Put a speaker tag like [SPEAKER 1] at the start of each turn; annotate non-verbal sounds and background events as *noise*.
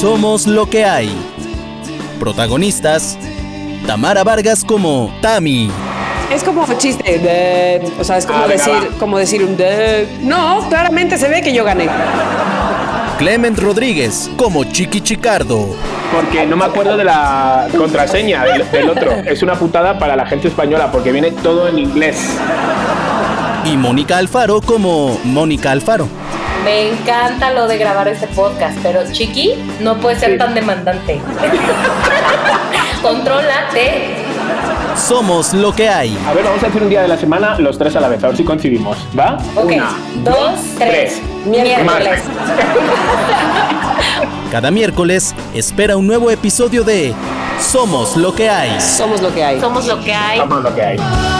[SPEAKER 1] Somos lo que hay. Protagonistas, Tamara Vargas como Tami.
[SPEAKER 2] Es como un chiste, de- o sea, es como
[SPEAKER 3] Ah, venga,
[SPEAKER 2] decir, como decir un de. No, claramente se ve que yo gané.
[SPEAKER 1] Clement Rodríguez como Chiqui Chicardo.
[SPEAKER 3] Porque no me acuerdo de la contraseña del, del otro. Es una putada para la gente española porque viene todo en inglés.
[SPEAKER 1] Y Mónica Alfaro como Mónica Alfaro.
[SPEAKER 4] Me encanta lo de grabar este podcast, pero Chiqui no puede ser tan demandante. *laughs* Contrólate.
[SPEAKER 1] Somos lo que hay.
[SPEAKER 3] A ver, vamos a hacer un día de la semana los tres a la vez, a ver si coincidimos. ¿Va?
[SPEAKER 4] Ok,
[SPEAKER 3] Una,
[SPEAKER 4] dos, tres. Miércoles.
[SPEAKER 1] Cada miércoles espera un nuevo episodio de Somos lo que hay.
[SPEAKER 2] Somos lo que hay.
[SPEAKER 4] Somos lo que hay.
[SPEAKER 3] Vamos a lo que hay.
[SPEAKER 5] Somos lo que hay.